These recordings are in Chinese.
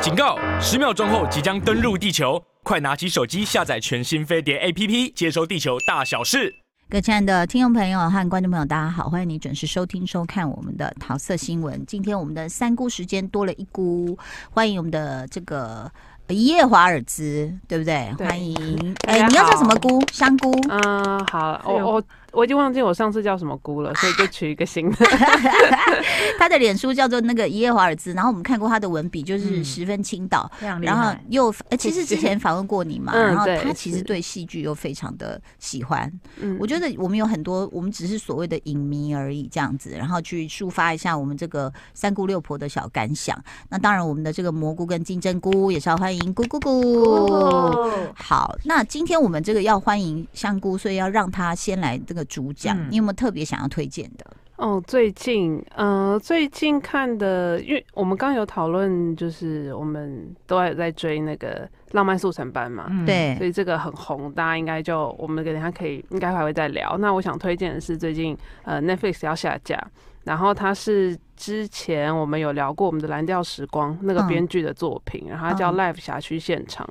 警告！十秒钟后即将登陆地球，快拿起手机下载全新飞碟 APP，接收地球大小事。各位亲爱的听众朋友和观众朋友，大家好，欢迎你准时收听收看我们的桃色新闻。今天我们的三姑时间多了一姑，欢迎我们的这个呃一夜华尔兹，对不对？对欢迎，大哎、家你要叫什么好姑？香菇。 嗯，好，我有我我已经忘记我上次叫什么菇了，所以就取一个新的。他的脸书叫做那个一夜华尔兹，然后我们看过他的文笔，就是嗯十分倾倒。非常厉害。然后又，呃，谢其实之谢前访问过你嘛，嗯然后对他其实是对戏剧又非常的喜欢，嗯我觉得我们有很多，我们只是所谓的影迷而已，这样子，然后去抒发一下我们这个三姑六婆的小感想。那当然，我们的这个蘑菇跟金针菇也是要欢迎，咕咕咕。 好，那今天我们这个要欢迎香菇，所以要让他先来这个主讲。嗯你有没有特别想要推荐的？哦，最近，嗯、最近看的，因为我们刚刚有讨论，就是我们都有在追那个《浪漫速成班》嘛，嗯，所对，以这个很红，大家应该就我们等一下可以应该还会再聊。那我想推荐的是最近呃 Netflix 要下架，然后它是之前我们有聊过我们的《蓝调时光》那个嗯编剧的作品，然后它叫嗯《Live 辖区现场》，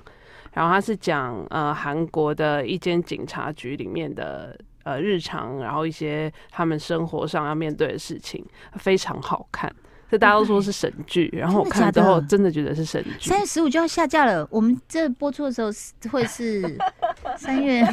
然后它是讲呃韩国的一间警察局里面的。呃，日常，然后一些他们生活上要面对的事情，非常好看。这大家都说是神剧，然后我真的看了之假的后真的觉得是神剧。三月十五就要下架了，我们这播出的时候是会 是三月，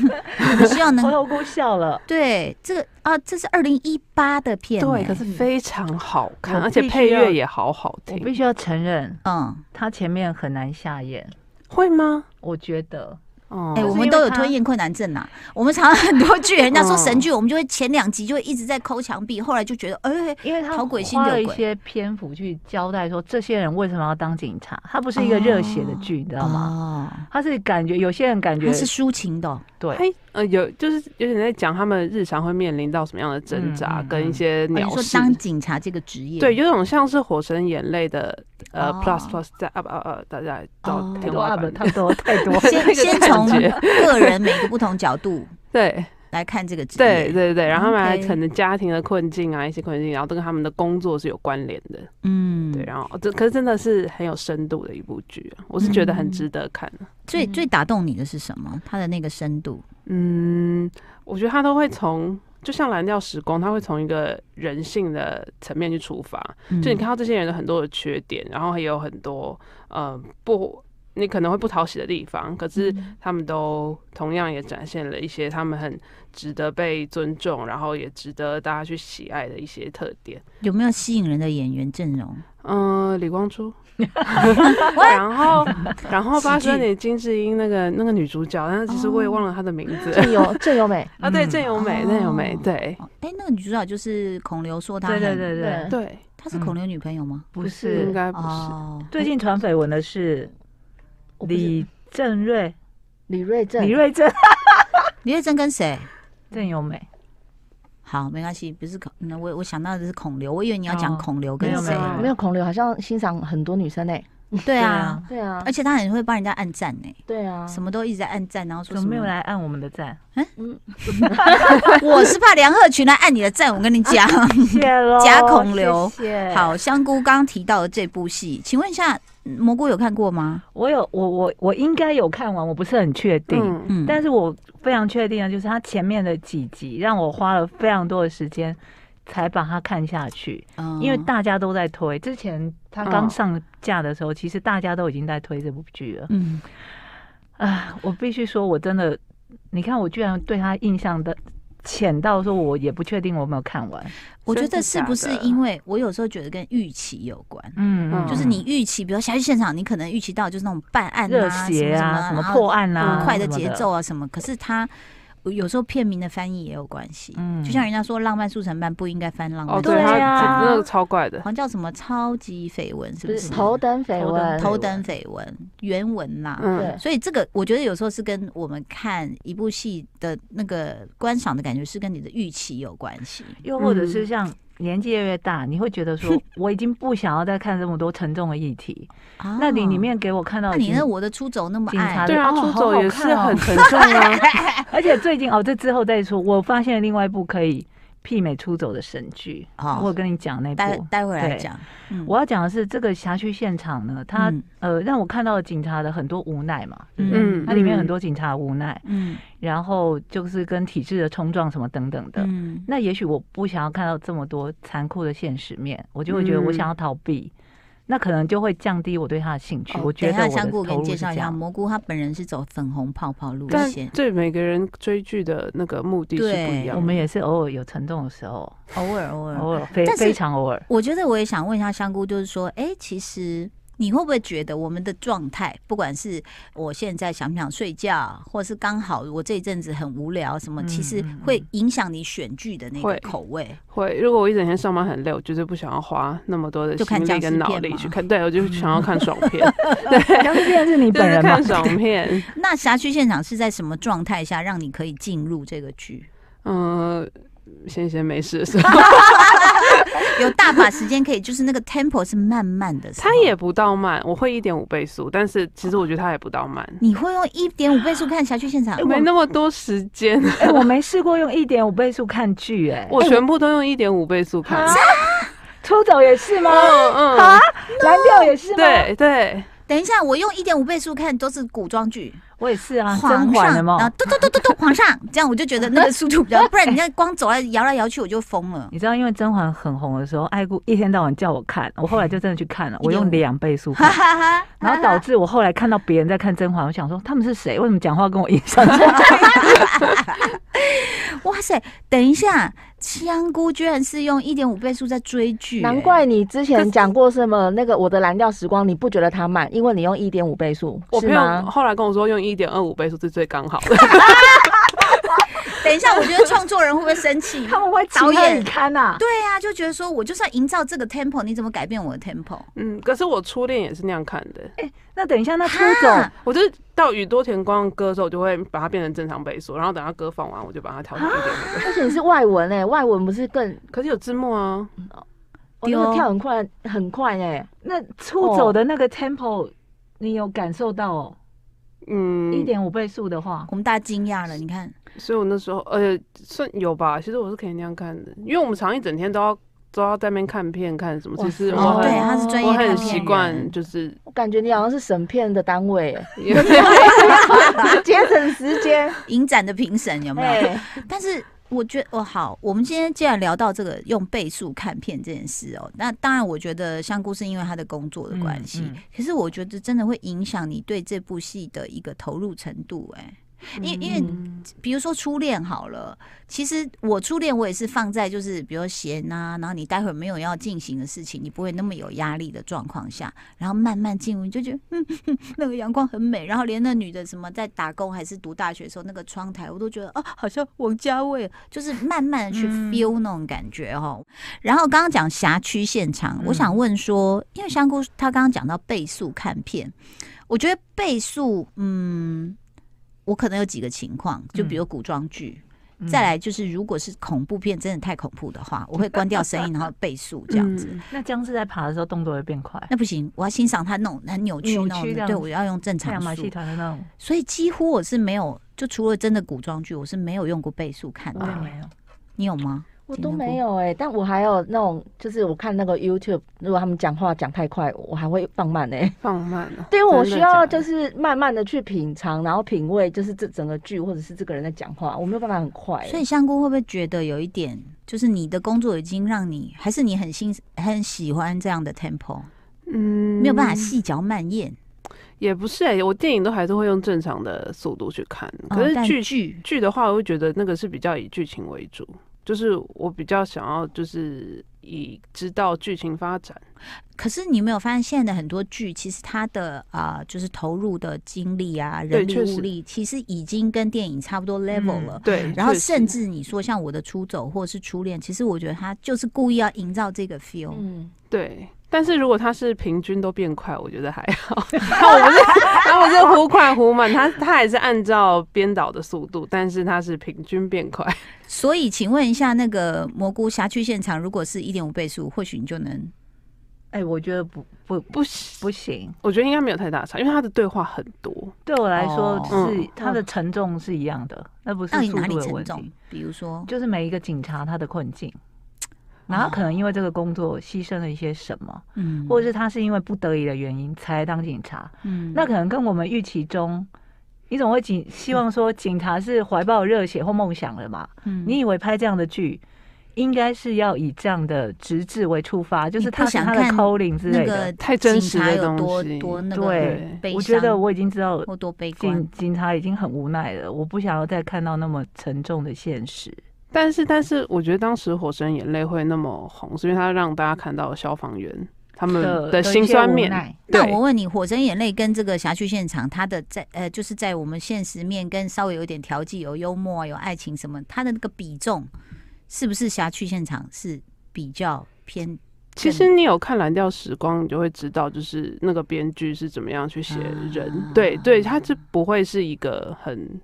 希望偷能偷哭笑 了。对这个啊，这是二零一八的片、对，欸可是非常好看，嗯我而且必须配乐要也好好我听。必须要承认，嗯。他前面很难下咽，会吗？我觉得哦，哎、就是我因们为都有他吞咽困难症呐、 我们常常很多剧，人家说神嗯剧，我们就会前两集就会一直在抠墙壁，后来就觉得，哎、因为他讨鬼心花了惹一鬼些篇幅去交代说这些人为什么要当警察，他不是一个热血的剧，你知道吗？哦，他是感觉有些人感觉它是抒情的哦、对，哎，呃，有就是有点在讲他们日常会面临到什么样的挣扎嗯嗯跟一些哦鸟你说事。当警察这个职业，对，，有种像是《火神眼泪》的呃哦 plus plus 在 up up up 大家到哦。太天多花 up 板了，太 多太多先那个先感从觉个人每个不同角度对来看这个职业，对嗯对对，然后他们还 OK 可能家庭的困境啊，一些困境，然后都跟他们的工作是有关联的。嗯，对，啊然后哦这可是真的是很有深度的一部剧啊，我是觉得很值得看。最最打动你的是什么？它的那个深度，嗯，我觉得他都会从，就像蓝调时光，他会从一个人性的层面去出发。嗯就你看到这些人的很多的缺点，然后也有很多呃不，你可能会不讨喜的地方，可是嗯他们都同样也展现了一些他们很值得被尊重，然后也值得大家去喜爱的一些特点。有没有吸引人的演员阵容？嗯、李 光洙，然后然后八十二喜剧年金智英那个那个女主角，但是其实我也忘了她的名字。郑有郑 有美，啊，对，嗯郑有美，郑有美哦，对哦，哎、那个女主角就是孔刘，说她对对很对对对，对，嗯她是孔刘女朋友吗？不应是。该不是。哦，最近传绯闻的是我不是李正瑞、李瑞正，李瑞正、李月珍跟谁？郑有美，好，没关系，不是孔，那我我想到的是孔刘，我以为你要讲哦孔刘跟没有谁没？有没有孔刘好像欣赏很多女生诶、对对啊啊，哦对啊而且他很会帮人家按赞呢，对啊，什么都一直在按赞，然后说什怎么没有么？来按我们 的赞？我是怕梁鹤群来按你的赞，我跟你讲。 谢喽，加孔刘谢谢。好，香菇刚刚提到的这部戏，请问一下，嗯蘑菇有看过吗？我有我我我应该有看完，我不是很确定，嗯，嗯，但是我非常确定的就是它前面的几集让我花了非常多的时间才把它看下去，嗯因为大家都在推。之前它刚上架的时候，其实大家都已经在推这部剧 了。嗯，啊，我必须说，我真的，你看我居然对他印象的浅到说，我也不确定我有没有看完。我觉真得的是假不是的因为我有时候觉得跟预期有关。嗯嗯就是你预期，比如下去现场，你可能预期到就是那种办案热啊、血啊，什什么然么后破案啊，很快的什么节奏，啊什么。可是它有时候片名的翻译也有关系，嗯就像人家说《浪漫速成班》不应该翻《浪漫哦，速对，成班》，对他啊那个超怪的好，像叫什么超级绯闻，是不不是是？头等绯头等闻，头等绯闻原文啦。嗯对，所以这个我觉得有时候是跟我们看一部戏的那个观赏的感觉是跟你的预期有关系。又或者是嗯像年纪越来越大，你会觉得 说，我已经不想要再看这么多沉重的议题。啊那你里，面给我看到那的你警，啊那我的出走那么警察爱，对啊，哦出好走好也看是哦很沉重啊，而且最近哦，这之后再说，我发现另外一部可以媲美出走的神剧。哦我有跟你讲那待部，待会来对讲。嗯我要讲的是这个辖区现场呢，它、嗯呃让我看到了警察的很多无奈嘛，嗯，嗯它里面很多警察无奈，嗯然后就是跟体制的冲撞什么等等的。嗯那也许我不想要看到这么多残酷的现实面，我就会觉得我嗯想要逃避，那可能就会降低我对他的兴趣。哦我觉等一得下我香菇的我给投你入介是绍这一下，样。蘑菇他本人是走粉红泡泡路但线，对每个人追剧的那个目的是不对一样的。我们也是偶尔有沉重的时候，偶尔偶尔。偶尔 非但是非常偶尔。我觉得我也想问一下香菇，就是说，哎，其实你会不会觉得我们的状态，不管是我现在想不想睡觉，或是刚好我这一阵子很无聊什么，嗯其实嗯会影响你选剧的那个会口味。会，如果我一整天上班很累，我绝对不想要花那么多的就看心力僵尸跟脑片力嘛去看。对，我就想要看爽片，僵尸片是你就本是人吗看？爽片。那辖区现场是在什么状态下让你可以进入这个剧？嗯，闲闲没事的时候，有大把时间可以，就是那个 tempo 是慢慢的时候。它也不到慢，我会一点五倍速，但是其实我觉得它也不到慢，你会用一点五倍速看辖区现场？没那么多时间，哎、我没试过用一点五倍速看剧、哎，我全部都用一点五倍速看。出走也是吗？嗯啊，蓝调也是吗？，对对，等一下，我用一点五倍速看都是古装剧，我也是啊，甄皇嬛的上，梦然后。嘟嘟嘟嘟嘟，皇上，这样我就觉得那个速度比较，不然你看光走来摇来摇去我就疯 了。你知道，因为甄嬛很红的时候，爱姑一天到晚叫我看，我后来就真的去看了，我用1.5两倍 速哈看，哈哈！然后导致我后来看到别人在看甄嬛，我想说他们是谁？为什么讲话跟 我印象差？哇塞，等一下，香菇居然是用一点五倍速在追剧、难怪你之前讲过什么那个我的蓝调时光，你不觉得它慢，因为你用一点五倍速，我是朋友吗？后来跟我说用一点二五倍速是最刚好的。 哎。等一下，我觉得创作人会不会生气？他们会导演看呐、啊。对啊，就觉得说我就是要营造这个 tempo，你怎么改变我的 tempo？嗯，可是我初恋也是那样看的，那等一下，那出哈走我就是到宇多田光歌的时候，我就会把它变成正常倍速，然后等它歌放完，我就把它调成一点五倍。而且你是外文哎、外文不是更可是有字幕啊，我那丢个跳很快很快哎、那出走的那个 tempo，、你有感受到哦？嗯，一，点五倍速的话，我们大家惊讶了，你看，所以我那时候呃算有吧，其实我是可以那样看的，因为我们常一整天都要都要在那边看片看什么，其实哦我，对，很、他是专我业很看习片惯人。就是我感觉你好像是审片的单位、欸，也节省时间。影展的评审有没有？哎，但是我觉得哦，好，我们今天既然聊到这个用倍速看片这件事哦，那当然我觉得香菇是因为他的工作的关系，嗯嗯可是我觉得真的会影响你对这部戏的一个投入程度、哎。因因为嗯比如说初恋好了，其实我初恋我也是放在就是比如说闲啊，然后你待会儿没有要进行的事情，你不会那么有压力的状况下，然后慢慢进入，你就觉得 嗯，哼那个阳光很美，然后连那女的什么在打工还是读大学的时候那个窗台，我都觉得哦，好像王家卫，啊就是慢慢的去嗯 feel 那种感觉哦。然后刚刚讲辖区现场，我嗯想问说，因为香菇他刚刚讲到倍速看片，我觉得倍速，嗯，我可能有几个情况，嗯就比如古装剧。再来就是，如果是恐怖片，真的太恐怖的话，我会关掉声音，然后倍速这样子。嗯那僵尸在爬的时候动作会变快，那不行，我要欣赏它那种很扭曲扭曲那种这的，样对子我要用正太常阳马速戏。团的那种，所以几乎我是没有，就除了真的古装剧，我是没有用过倍速看我也的。没有。你有吗？我都没有哎、但我还有那种，就是我看那个 YouTube，如果他们讲话讲太快，我还会放慢哎、放慢了、对，我需要就是是慢慢的去品尝，然后品味，就是这整个剧或者是这个人在讲话，我没有办法很快、欸。所以香菇会不会觉得有一点，就是你的工作已经让你，还是你很欣很喜欢这样的 tempo，嗯没有办法细嚼慢咽？也不是、欸，我电影都还是会用正常的速度去看，哦可是但剧剧剧的话，我会觉得那个是比较以剧情为主，就是我比较想要就是以知道剧情发展。可是你有没有发现，现在的很多剧其实它的啊、呃就是投入的精力啊、人对力确实物力，其实已经跟电影差不嗯多 level 了。对，然后确实甚至你说像我的出走或者是初恋，其实我觉得他就是故意要营造这个 feel。嗯，对。但是如果它是平均都变快，我觉得还好。 它我不是，它不是忽快忽慢，它它还是按照编导的速度，但是它是平均变快。所以，请问一下，那个蘑菇辖区现场如果是一点五倍速，或许你就能哎，我觉得不不不行，不行，我觉得应该没有太大差，因为他的对话很多，对我来说哦是嗯它的沉重是一样的，那不是到底速哪里度的沉问重题，？比如说，就是每一个警察他的困境，然后可能因为这个工作牺牲了一些什么，嗯或者是他是因为不得已的原因才来当警察，嗯那可能跟我们预期中，你总会警希望说警察是怀抱热血或梦想的嘛？嗯你以为拍这样的剧，应该是要以这样的直至为出发，就你是不他是想他的看 calling 之那类个的。太真警实察的有东多西多那个对悲，我觉得伤我已经知道或多悲观警，警察已经很无奈了，我不想要再看到那么沉重的现实。但是，但是我觉得当时《火神眼泪》会那么红，是因为它让大家看到消防员他们的的的一辛些酸无面奈。那对我问你，《火神眼泪》跟这个《辖区现场》，它的在呃，就是在我们现实面跟稍微有点调剂，有幽默啊，有爱情什么，它的那个比重是不是《辖区现场》是比较偏其实你有看《蓝调时光》，你就会知道，就是那个编剧是怎么样去写人。啊对对，他是不会是一个很嗯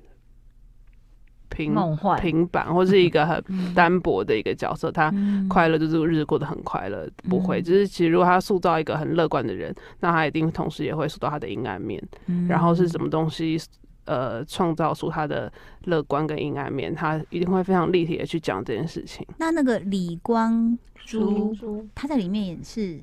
平梦幻平板，或是一个很单薄的一个角色。他嗯嗯快乐就是日子过得很快乐，不会。嗯就是其实如果他塑造一个很乐观的人，那他一定同时也会塑造他的阴暗面。嗯然后是什么东西，呃，创造出他的乐观跟阴暗面，他一定会非常立体的去讲这件事情。那那个李光洙，猪他在里面也是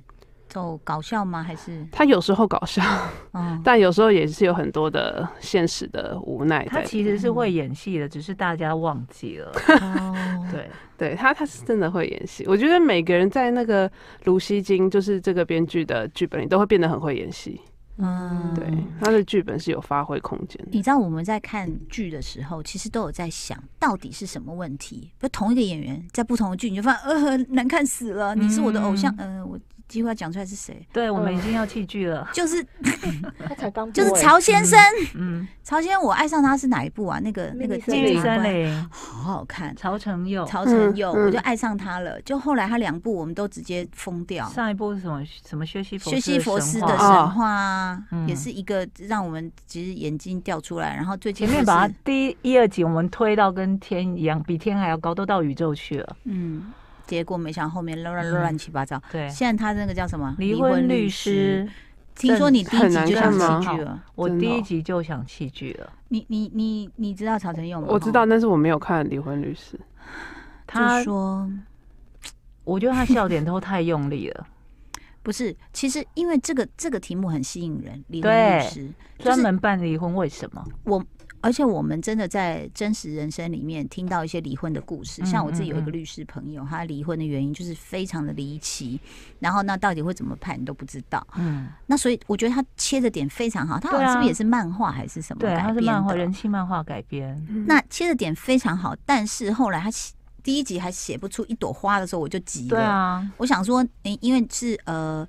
走搞笑吗？还是他有时候搞笑， 嗯，但有时候也是有很多的现实的无奈他在。其实是会演戏的，只是大家忘记了。哦对，对他，他是真的会演戏。我觉得每个人在那个卢锡金，就是这个编剧的剧本里，都会变得很会演戏。嗯，对，他的剧本是有发挥空间的。你知道我们在看剧的时候，其实都有在想到底是什么问题。不，同一个演员在不同的剧，你就发现呃难看死了，你是我的偶像，嗯呃，我几乎要讲出来是谁，对我们嗯已经要弃 剧了。就是他 才刚就是播欸曹先生，嗯，曹先生，我爱上他是哪一部啊？那个那个秘金密森林玉察森官林，好好看，曹承佑。曹承嗯佑，嗯我就爱上他了。就后来他两部我们都直接疯掉，上一部是什么什么薛西佛学习佛斯的神话哦神话啊，嗯也是一个让我们其实眼睛掉出来，然后最近前就面是把它第一一二集我们推到跟天一样，比天还要高，都到宇宙去了。嗯，结果没想到后面乱乱嗯乱七八糟。对，现在他那个叫什么？离婚律师，，听说你第一很集难就想看吗弃剧了。我真的第哦一集就想弃剧了。你你你你知道曹承佑吗？我知道，但是我没有看《离婚律师》。他他，说我觉得他笑点都太用力 了，不是，其实因为这个这个题目很吸引人，离婚对律师专门办离婚为什么？而且我们真的在真实人生里面听到一些离婚的故事，嗯像我自己有一嗯个嗯律师朋友，他离婚的原因就是非常的离奇，然后那到底会怎么判你都不知道。嗯，那所以我觉得他切的点非常好，他好对像啊是不是也是漫画还是什么对，改他编是的？漫画人气漫画改编，那切的点非常好，但是后来他写第一集还写不出一朵花的时候，我就急了。对啊，我想说，诶因为是呃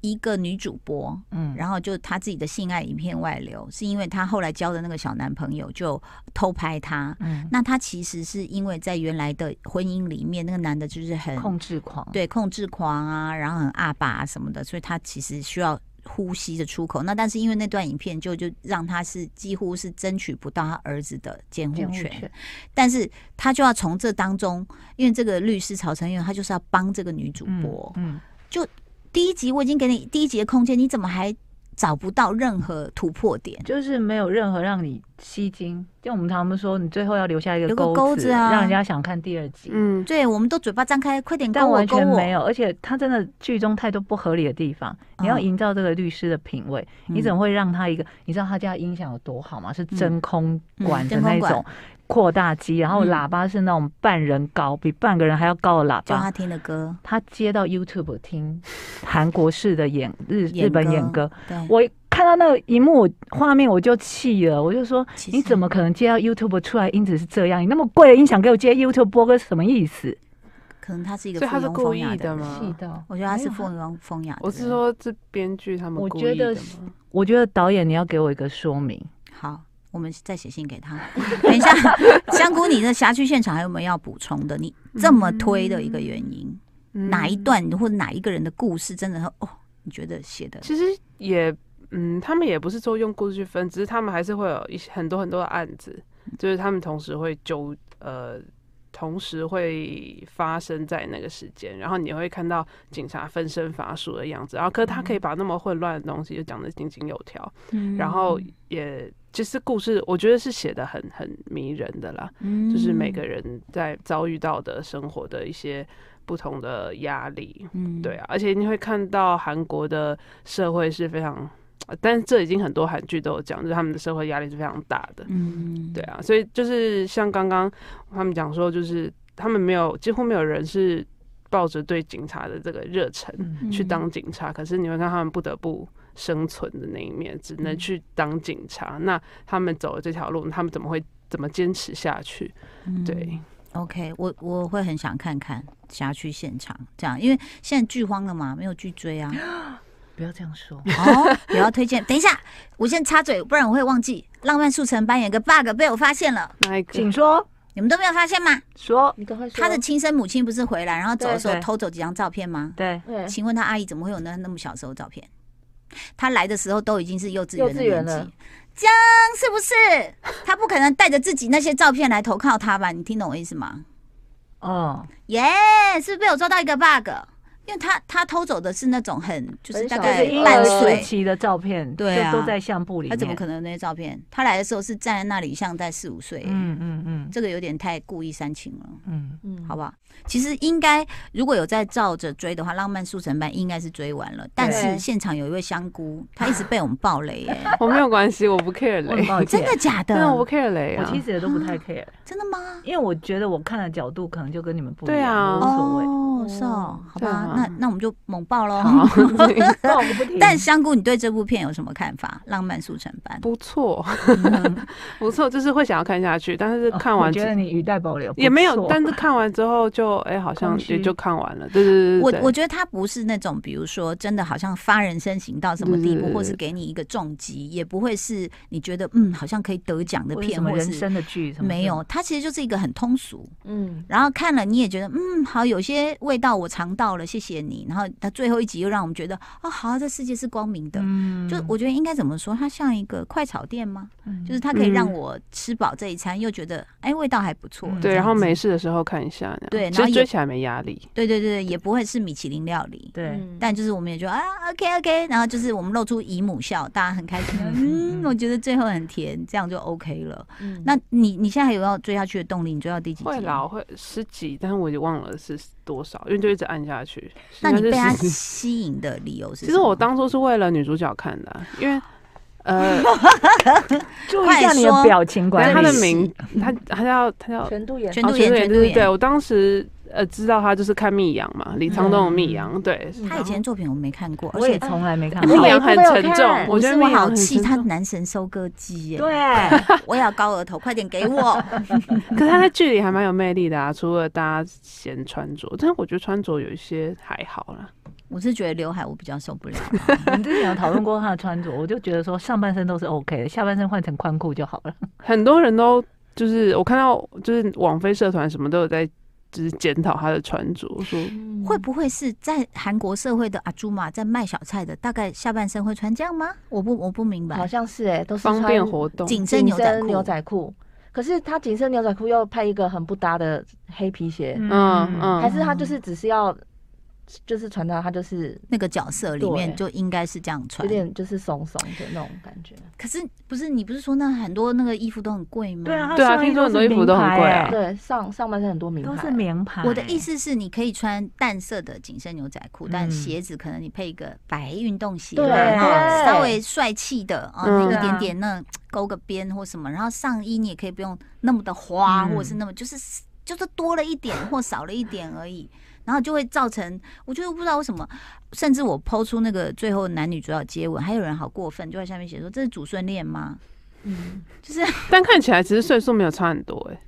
一个女主播，嗯，然后就她自己的性爱影片外流，是因为她后来交的那个小男朋友就偷拍她。嗯，那她其实是因为在原来的婚姻里面，那个男的就是很嗯控制狂，对控制狂啊，然后很阿爸啊什么的，所以她其实需要。呼吸的出口，那但是因为那段影片就就让她是几乎是争取不到她儿子的监护监护权，权，但是他就要从这当中，因为这个律师曹承佑他就是要帮这个女主嗯播，嗯，第一集我已经给你第一集的空间，你怎么还找不到任何突破点？就是没有任何让你吸睛，就我们常常说，你最后要留下一留个个钩钩子啊让人家想看第二集，嗯，对，我们都嘴巴张开，快点勾但我完勾全我，没有，而且他真的剧中太多不合理的地方。你要嗯营造这个律师的品味，你怎么会让他一个？你知道他家音响有多好吗？是真空管的嗯嗯真空那管种扩大机，然后嗯喇叭是那种半人高，比半个人还要高的喇就叭他。听的歌，他接到 YouTube 听韩国式的演日演日本歌演歌，对，我看到那个荧幕我画面我就气了，我就说其你实怎么可能接到 YouTube 出来音质是这样？你那么贵的音响给我接 YouTube 播歌是什么意思？可能他是一个所以附他是庸故风意雅的人吗气到我觉得他没是有啊附庸风雅的人。我是说这编剧他们我故觉意得的是吗？嗯我觉得导演你要给我一个说明，好。我们再写信给他。 等一下，香菇，你的辖区现场还有没有要补充的？你这么推的一嗯个原因，哪一嗯段或者哪一个人的故事，真的哦，你觉得写的其实也，嗯，他们也不是说用故事去分，只是他们还是会有一些很多很多的案子，就是他们同时会纠呃。同时会发生在那个时间，然后你会看到警察分身乏术的样子，然后可是他可以把那么混乱的东西就讲得井井有条，嗯然后也其实故事我觉得是写的很很迷人的啦，嗯就是每个人在遭遇到的生活的一些不同的压力，嗯对啊，而且你会看到韩国的社会是非常，呃但是这已经很多韩剧都有讲，就是他们的社会压力是非常大的，嗯对啊，所以就是像刚刚他们讲说，就是他们没有几乎没有人是抱着对警察的这个热忱嗯去当警察，可是你会看他们不得不。生存的那一面，只能嗯去当警察。那他们走的这条路，他们怎么会怎么坚持下去？对，嗯嗯 OK，我我会很想看看，想要去现场这样，因为现在剧荒了嘛，没有剧追 啊。不要这样说，哦，也要推荐。等一下，我先插嘴，不然我会忘记。浪漫速成班有个 bug 被我发现了，那一个请说你们都没有发现吗？说，你赶快说。他的亲生母亲不是回来，然后走的时候对对偷走几张照片吗？对， 对请问他阿姨怎么会有那那么小时候的照片？他来的时候都已经是幼稚园的幼稚园年纪了，这样是不是？他不可能带着自己那些照片来投靠他吧？你听懂我意思吗？哦，耶、是不是被我抓到一个 bug？因为他他偷走的是那种很就是很大小概对的婴婴半儿岁时，期的照片，对啊就都在相簿里他面，怎么可能有那些照片？他来的时候是站在那里像在四五岁，嗯嗯嗯这个有点太故意煽情了。嗯，嗯好不好？其实应该如果有在照着追的话，《浪漫速成班》应该是追完了，但是对现场有一位香菇，她一直被我们爆雷耶、我没有关系，我不 care 我很雷，抱真歉，的假对啊，的我？不 care 雷我啊。其实也都不太 care，真的吗？因为我觉得我看的角度可能就跟你们不一对啊样，无所谓。哦，是哦，好对吧啊，那那我们就猛爆喽。好，那我不 听但香菇，你对这部片有什么看法？《浪漫速成班》不错，嗯 不错，就是会想要看下去，但哦是看完哦我之、觉得你语带保留，也没有，但是是看完之后就哎、好像空虚也就看完了。对对对我对对，我觉得它不是那种，比如说真的好像发人深省到什么地对对步，对或是给你一个重击，也不会是你觉得嗯好像可以得奖的什片，么或人是生的剧什么没有，它其实就是一个很通俗，嗯，然后看了你也觉得，嗯，好，有些味道我尝到了，谢谢你。然后它最后一集又让我们觉得，哦，好，这世界是光明的。嗯就我觉得应该怎么说，它像一个快炒店吗？就是它可以让我吃饱这一餐，又觉得哎味道还不错。这嗯嗯对，样然后子没事的时候看一下那样，对然其后实也追起来没压力。对对对，也不会是米其林料理，对，嗯嗯但就是我们也觉得啊，OK OK，然后就是我们露出姨母笑，大家很开心。 嗯，我觉得最后很甜，这样就 OK 了。嗯那你你现在还有要追下去的动力？你追到第几集？会啦，我会十几，但是我已经忘了是多少，因为就一直按下去。那你被它它吸引的理由是什么？ 其实我当初是为了女主角看的啊，因为呃，注意一下你的表情管理。她的名，她她叫她叫全度演全嗯哦度妍，全妍度对对，妍，我当时呃知道他就是看《密阳》嘛，李沧东的《密阳》对，嗯他以前的作品我没看过，而我也且从来没看《密过。阳》很沉重，不觉是得《我密阳》好很气，沉他重。男神收割机耶，对，啊我也要高额头，快点给我。 可是他在剧里还蛮有魅力的啊，除了大家嫌穿着，但是我觉得穿着有一些还好啦。我是觉得刘海我比较受不了，我们之前有讨论过他的穿着，我就觉得说上半身都是 OK 的，下半身换成宽裤就好了。很多人都就是我看到就是网飞社团什么都有在就是检讨他的穿着，说嗯会不会是在韩国社会的阿朱玛在卖小菜的，大概下半身会穿这样吗？我不我不明好白，像是哎，都是方便活动。紧身紧牛仔身裤，牛仔裤，可是他紧身牛仔裤又配一个很不搭的黑皮鞋，嗯嗯还是哦他就是只是要就是传达他就是那个角色里面对就应该是这样穿有。点就是怂怂的那种感觉。可是不是你不是说那很多那个衣服都很贵吗？对啊，对啊他上衣听说很多衣是服都很名牌贵欸啊对，上上半身很多名牌，都是名牌。我的意，思是，你可以穿淡色的紧身牛仔裤，但嗯鞋子可能你配一个白运动鞋，对然后对稍微帅气的啊，嗯那一点点那勾个边或什么，然后上衣你也可以不用那么的花，嗯或者是那么就是就是多了一点或少了一点而已，然后就会造成，我觉得不知道为什么，甚至我剖出那个最后男女主角接吻，还有人好过分，就在下面写说这是祖孙恋吗？嗯，就是但看起来其实岁数没有差很多哎、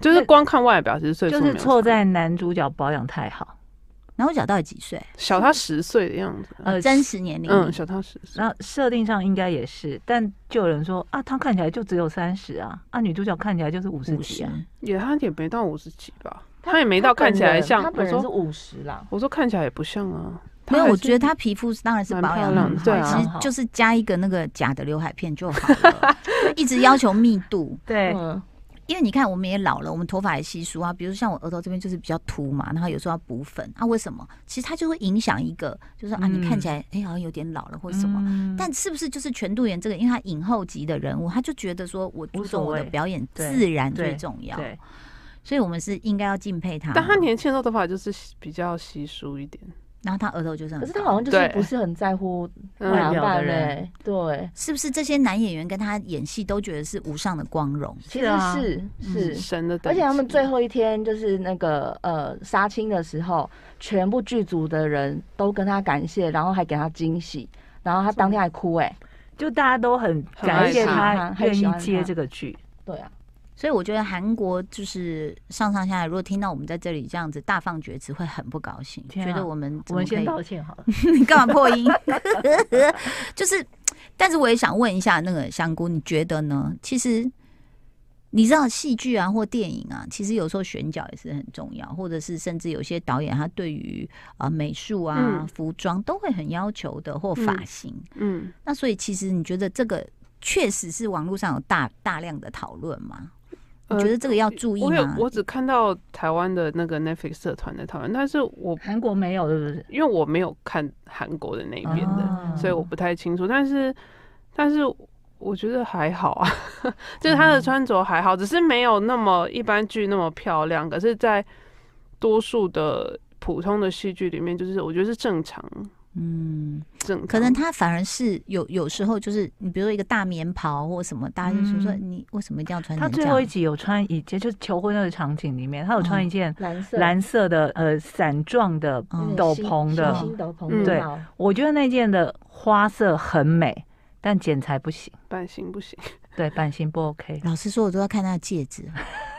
就是光看外表，其实岁数就没是有错差在男主角保养太好，男主角到底几岁？小他十岁的样子。啊呃，真实年龄？嗯，小他十岁。然后设定上应该也是，但就有人说啊，他看起来就只有三十啊，啊，女主角看起来就是五十五几十啊，。也他也没到五十几吧，他也没到看起来像。他本我人是说五十啦，我说看起来也不像啊。没有，还我是觉得她皮肤当然是蛮保漂养亮很的好，对啊其实就是加一个那个假的刘海片就好了，就一直要求密度，对，嗯，因为你看我们也老了，我们头发也稀疏啊，比如像我额头这边就是比较秃嘛，然后有时候要补粉啊，为什么？其实它就会影响一个，就是啊，你看起来哎、好像有点老了或什么。嗯但是不是就是全度妍这个，因为她影后级的人物，她就觉得说我注无所重我的谓表演对自然对最重要，对，所以我们是应该要敬佩她。 但他年轻的时候头发就是比较稀疏一点，然后她额头就是很高，可是他好像就是嗯对不是很在乎嗯外表的扮人嘞，对，是不是这些男演员跟她演戏都觉得是无上的光荣？其是实啊是是。神的等而级。且他们最后一天就是那个呃杀青的时候，全部剧组的人都跟他感谢，然后还给他惊喜，然后他当天还哭哎、就大家都很很感爱谢他他很愿喜意欢接他这个剧，对啊，所以我觉得韩国就是上上下来，如果听到我们在这里这样子大放厥词，会很不高兴，天啊觉得我们我怎么们可先以？道歉好了。你 干嘛破音？就是，但是我也想问一下那个香菇，你觉得呢？其实你知道戏剧啊或电影啊，其实有时候选角也是很重要，或者是甚至有些导演他对于啊、呃美术啊、嗯服装都会很要求的，或发型。嗯，那所以其实你觉得这个确实是网络上有大大量的讨论吗？你呃觉得这个要注意我有吗？我只看到台湾的那个 Netflix 社团在讨论，但是我韩国没有，对不对？因为我没有看韩国的那一边的，哦所以我不太清楚。但是，但是我觉得还好啊， 就是她的穿着还好，只是没有那么一般剧那么漂亮。可是，在多数的普通的戏剧里面，就是我觉得是正常，嗯，正常。可能他反而是有有时候就是你比如说一个大棉袍或什么，大家就说说嗯你为什么一定要穿他成这最后一样？嗯集有穿一件，就是求婚那个场景里面，他有穿一件蓝色蓝色的呃伞状的嗯斗篷的，星星斗嗯篷对的帽，我觉得那件的花色很美，但剪裁不行，版型不行，对，版型不 OK。老实说，我都要看他的戒指，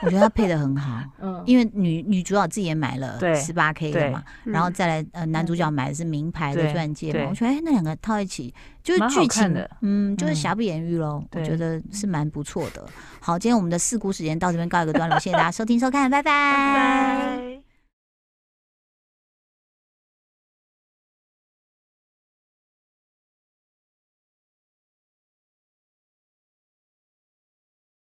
我觉得他配的很 好，嗯，因为女女主角自己也买了对十八 K 的嘛，嗯然后再来呃男主角买的是名牌的对钻戒嘛，对我觉得哎、那两个套在一起就是蛮好剧看情的嗯，就是嗯瑕不掩瑜喽，我对觉得是蛮不错的。好，今天我们的事故时间到这边告一个段落，谢谢大家收听收看，拜拜。